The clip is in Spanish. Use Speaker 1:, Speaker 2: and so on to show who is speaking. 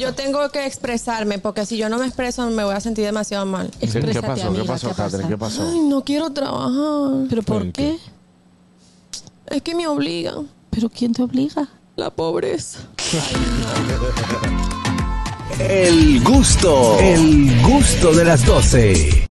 Speaker 1: Yo tengo que expresarme porque si yo no me expreso me voy a sentir demasiado mal.
Speaker 2: ¿Qué, qué
Speaker 3: Exprésate,
Speaker 2: pasó?
Speaker 3: amiga,
Speaker 2: ¿Qué pasó,
Speaker 3: ¿qué
Speaker 2: Catherine?
Speaker 3: pasa?
Speaker 2: ¿Qué pasó?
Speaker 1: Ay, no quiero trabajar.
Speaker 3: ¿Pero
Speaker 2: ¿En
Speaker 3: por
Speaker 2: qué?
Speaker 3: qué?
Speaker 1: Es que me obligan.
Speaker 3: ¿Pero quién te obliga?
Speaker 1: La pobreza.
Speaker 4: El gusto, el gusto de las doce.